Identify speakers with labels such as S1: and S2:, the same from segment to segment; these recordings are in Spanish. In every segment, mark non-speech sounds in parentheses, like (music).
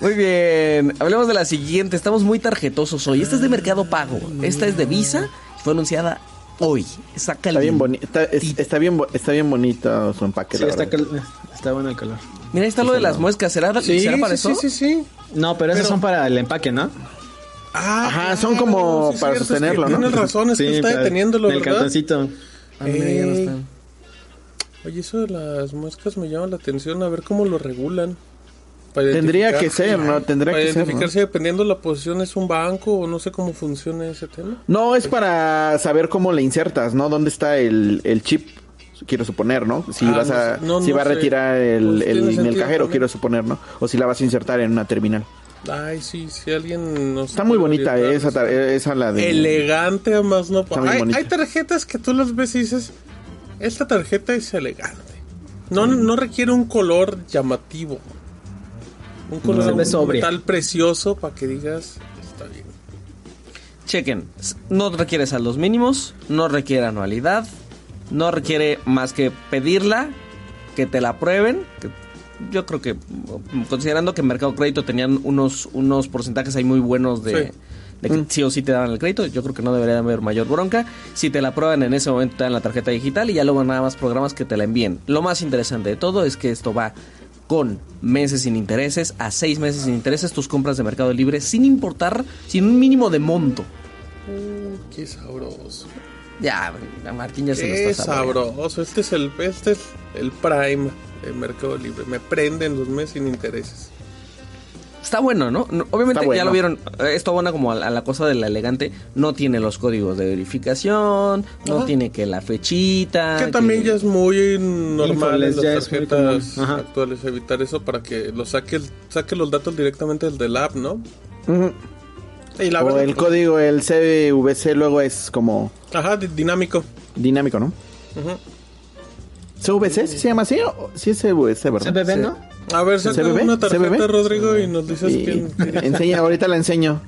S1: Muy bien, hablemos de la siguiente. Estamos muy tarjetosos hoy. Esta es de Mercado Pago. Esta es de Visa. Fue anunciada hoy. Saca
S2: Está bien bonito, está, es- está bien, bo- está bien bonito su empaque.
S3: Sí,
S2: la
S3: está,
S2: verdad.
S3: cal- eh, está bueno el calor.
S1: Mira, ahí está lo de las muescas. ¿Será,
S3: Sí,
S1: ¿será para
S3: sí,
S1: eso?
S3: sí, sí, sí. No, pero, esas son para el empaque, ¿no?
S4: Ah,
S2: Ajá, son como para
S4: es que
S2: sostenerlo, ¿no?
S4: Tienes razón, es que está
S3: para-
S4: deteniéndolo,
S3: en El
S4: ¿verdad?
S3: cartoncito.
S1: Ah, mira, ya no
S4: Ey.
S1: está.
S4: Oye, eso de las moscas me llama la atención, a ver cómo lo regulan. Para
S2: Tendría
S4: identificar-
S2: que ser, ¿no? Tendría
S4: para
S2: que ser. ¿no?
S4: identificar si dependiendo la posición es un banco o no sé cómo funciona ese tema.
S2: No, es para saber cómo le insertas, ¿no? ¿Dónde está el, el chip? Quiero suponer, ¿no? Si
S4: Ah,
S2: vas a,
S4: no sé. No,
S2: si
S4: no
S2: va a
S4: sé.
S2: retirar el,
S4: Pues
S2: el-
S4: tiene
S2: en el
S4: sentido
S2: cajero,
S4: también.
S2: quiero suponer, ¿no? O si la vas a insertar en una terminal.
S4: Ay, sí, si alguien nos...
S2: Está muy
S4: puede
S2: bonita
S4: orientar.
S2: esa, tar- e, esa la de...
S4: pues, Elegante, además no...
S2: Está muy
S4: Hay,
S2: bonita.
S4: hay tarjetas que tú las ves y dices, esta tarjeta es elegante. No, no requiere un color llamativo. Un color
S3: se ve sobria.
S4: tal precioso para que digas, está bien.
S1: Chequen. S- No requiere saldos mínimos. No requiere anualidad. No requiere más que pedirla. Que te la aprueben. que yo creo que, mm, considerando que en Mercado Crédito tenían unos, unos porcentajes ahí muy buenos de,
S4: Sí.
S1: de
S4: Mm.
S1: que sí o sí te daban el crédito, yo creo que no debería haber mayor bronca. Si te la aprueban en ese momento, te dan la tarjeta digital y ya luego nada más programas que te la envíen. Lo más interesante de todo es que esto va con meses sin intereses, a seis meses sin intereses, tus compras de Mercado Libre, sin importar, sin un mínimo de monto.
S4: Uh, qué sabroso.
S1: Ya, a Martín ya se lo
S4: Qué
S1: está saboreando.
S4: sabroso. Este es el, este es el prime de Mercado Libre. Me prenden los meses sin intereses.
S1: Está bueno, ¿no? No, obviamente
S2: Está
S1: ya
S2: bueno.
S1: lo vieron. eh, Esto abona como a, la- a la cosa de la elegante. No tiene los códigos de verificación, no
S4: Ajá.
S1: tiene que la
S3: Ah,
S1: fechita.
S4: que también ya es muy normal
S3: Infoles,
S4: en
S3: ya
S4: las
S3: es muy
S4: tarjetas
S3: común. Ajá.
S4: actuales evitar eso para que lo saque, saque los datos directamente del del app, ¿no?
S2: Ujú.
S4: Y la
S2: o
S4: verdad,
S2: el código, el CVC luego es como
S4: Ajá, di- dinámico.
S2: dinámico, ¿no?
S4: Ujú.
S2: ¿CVC sí se llama así? o- Sí es CVC, ¿verdad?
S3: CBB,
S2: Sí.
S3: ¿no?
S4: A ver, saca
S2: ¿CBB?
S4: una tarjeta,
S2: ¿CBB?
S4: Rodrigo, y nos dices
S2: Y- (laughs)
S4: quién.
S2: enseña, ahorita la enseño.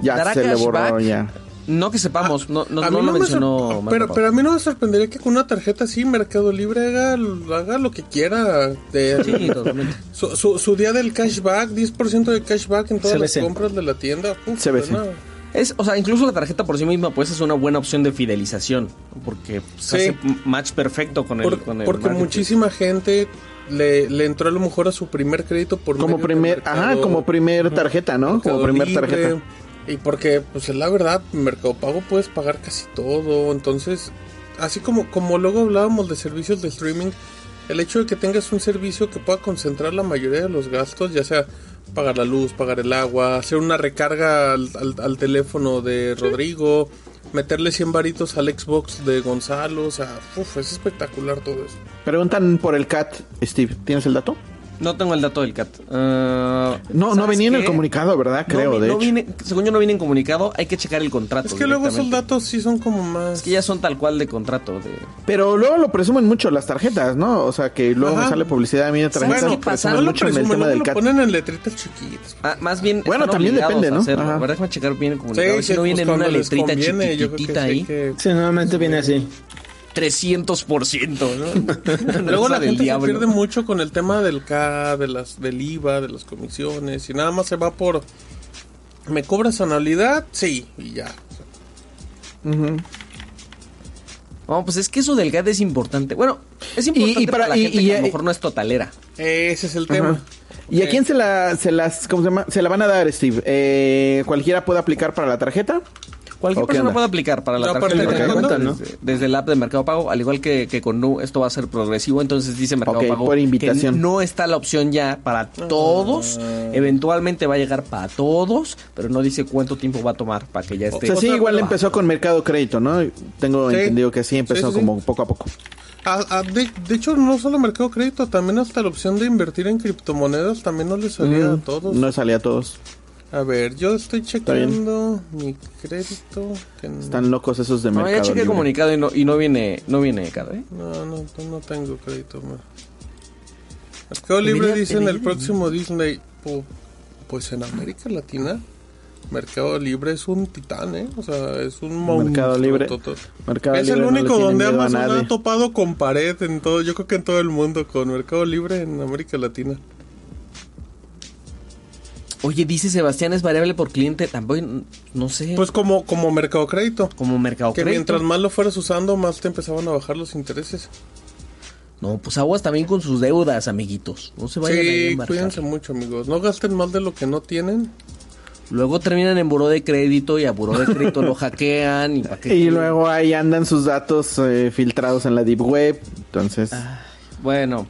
S2: Ya
S1: ¿Dará
S2: se le borró,
S1: cashback?
S2: ya.
S1: No que sepamos, no, no,
S4: Ah, A
S1: no lo
S4: mí no me
S1: mencionó.
S4: sor- Oh,
S1: Marco
S4: pero,
S1: Pau.
S4: pero a mí no me sorprendería que con una tarjeta así Mercado Libre haga, haga lo que quiera. De,
S1: Sí, totalmente.
S4: Su, su, su día del cashback, 10% de cashback en todas las
S3: CBC.
S4: compras de la tienda. Uf, pues,
S2: CBC.
S4: suena-
S1: Es, o sea, incluso la tarjeta por sí misma, pues es una buena opción de fidelización. Porque pues,
S4: Sí.
S1: hace m- match perfecto con el.
S4: Por-
S1: con el
S4: porque
S1: marketing.
S4: muchísima gente le, le entró a lo mejor a su primer crédito por
S2: Como
S4: medio de
S2: primer,
S4: Mercado-
S2: ajá, como primer tarjeta, ¿no?
S4: Mercado
S2: Como primer
S4: Libre.
S2: tarjeta.
S4: Y porque, pues la verdad, Mercado Pago puedes pagar casi todo. Entonces, así como, como luego hablábamos de servicios de streaming, el hecho de que tengas un servicio que pueda concentrar la mayoría de los gastos, ya sea pagar la luz, pagar el agua, hacer una recarga al, al- al teléfono de Rodrigo, meterle 100 varitos al Xbox de Gonzalo, o sea, uf, es espectacular todo eso.
S2: Preguntan por el CAT, Steve. ¿Tienes el dato?
S1: No tengo el dato del CAT. Ah,
S2: No, no
S1: ¿sabes
S2: venía en el
S1: qué?
S2: comunicado, ¿verdad?
S1: No
S2: Creo,
S1: vi-
S2: de
S1: no
S2: hecho.
S1: viene- según yo no viene en comunicado, hay que checar el
S2: Ah,
S1: contrato.
S4: Es que luego esos
S1: directamente.
S4: datos sí son como más...
S1: Es que ya son tal cual de contrato. De...
S2: Pero luego lo presumen mucho las tarjetas, ¿no? O sea, que luego
S4: Ajá.
S2: me sale publicidad a mí de
S1: ¿Sabes
S2: tarjetas.
S1: qué pasa?
S2: lo presumen
S4: no lo
S2: mucho en el
S4: presumen,
S2: tema
S4: no
S2: del
S4: lo
S2: CAT.
S4: ponen en letritas chiquitas.
S1: Ah, más bien.
S2: Bueno,
S1: están
S2: también
S1: obligados
S2: depende,
S1: a
S2: ¿no?
S1: hacerlo.
S2: Ajá.
S1: A ver, déjame checar bien el comunicado. si no
S4: pues,
S1: viene en
S4: cuando
S1: una
S4: les
S1: letrita
S4: conviene, yo creo que
S1: chiquitita
S4: sí
S1: ahí.
S4: que-
S3: Sí, normalmente viene así.
S4: (laughs)
S1: 300%, ¿no?
S4: Luego pues la
S1: del
S4: gente se
S1: diablo.
S4: pierde mucho con el tema del K, de las, del IVA, de las comisiones, y nada más se va por... ¿Me cobras anualidad? Sí, y ya.
S2: Ujú.
S1: No, pues es que eso del GAD es importante. Bueno, es importante
S2: y para-
S1: para, la
S2: y-
S1: gente
S2: y-
S1: que a lo
S2: y-
S1: mejor no es totalera.
S4: Ese es el tema.
S2: Ajá. ¿Y a
S4: Ok.
S2: quién se, la, se las cómo se llama? Se la van a dar, Steve? Eh, ¿Cualquiera puede aplicar para la tarjeta?
S1: Cualquier
S2: ¿O qué
S1: persona
S2: onda?
S1: puede aplicar para la
S4: No,
S1: tarjeta de
S4: aparte,
S1: crédito
S4: ¿cuándo?
S1: desde, desde el app de Mercado Pago, al igual que, que con Nu, esto va a ser progresivo, entonces dice Mercado
S2: Ok,
S1: Pago
S2: por invitación.
S1: que no está la opción ya para todos,
S4: Ah.
S1: eventualmente va a llegar para todos, pero no dice cuánto tiempo va a tomar para que ya
S2: O
S1: esté.
S2: sea, Pues sí,
S4: Otra
S2: igual
S4: prueba.
S2: empezó con Mercado Crédito, ¿no? Tengo
S4: Sí.
S2: entendido que así empezó
S4: Sí, sí, sí.
S2: como poco a poco.
S4: Ah, ah, de, de hecho, no solo Mercado Crédito, también hasta la opción de invertir en criptomonedas también Mm, no les salía a todos.
S2: No salía a todos.
S4: A ver, yo estoy
S2: bien.
S4: checando mi crédito. que no-
S2: Están locos esos de
S1: No,
S2: mercado.
S1: ya chequé el
S2: Libre.
S1: comunicado y no, y no viene, no viene Cado, ¿eh?
S4: No, no, no, no tengo crédito. ma. Mercado Libre dice en el próximo Disney. Pu- Pues en América Latina, Mercado Libre es un titán, ¿eh? O sea, es un monstruo.
S2: Mercado Libre.
S4: total.
S2: Mercado
S4: es
S2: Libre
S4: el
S2: no le
S4: único
S2: tiene
S4: donde
S2: miedo a
S4: Amazon
S2: nadie.
S4: ha topado con pared en todo, yo creo que en todo el mundo, con Mercado Libre en América Latina.
S1: Oye, dice Sebastián, es variable por cliente. Tampoco, no sé.
S4: Pues como, como Mercado Crédito.
S1: como mercado
S4: Que
S1: crédito.
S4: mientras más lo fueras usando, más te empezaban a bajar los intereses.
S1: No, pues aguas también con sus deudas, amiguitos. No se vayan ahí a
S4: Sí,
S1: embarcar.
S4: cuídense mucho, amigos. No gasten más de lo que no tienen.
S1: Luego terminan en buró de crédito y a buró de crédito lo hackean. Y, pa' qué-
S2: (laughs) Y luego ahí andan sus datos eh, filtrados en la Deep Web. Entonces,
S1: Bueno,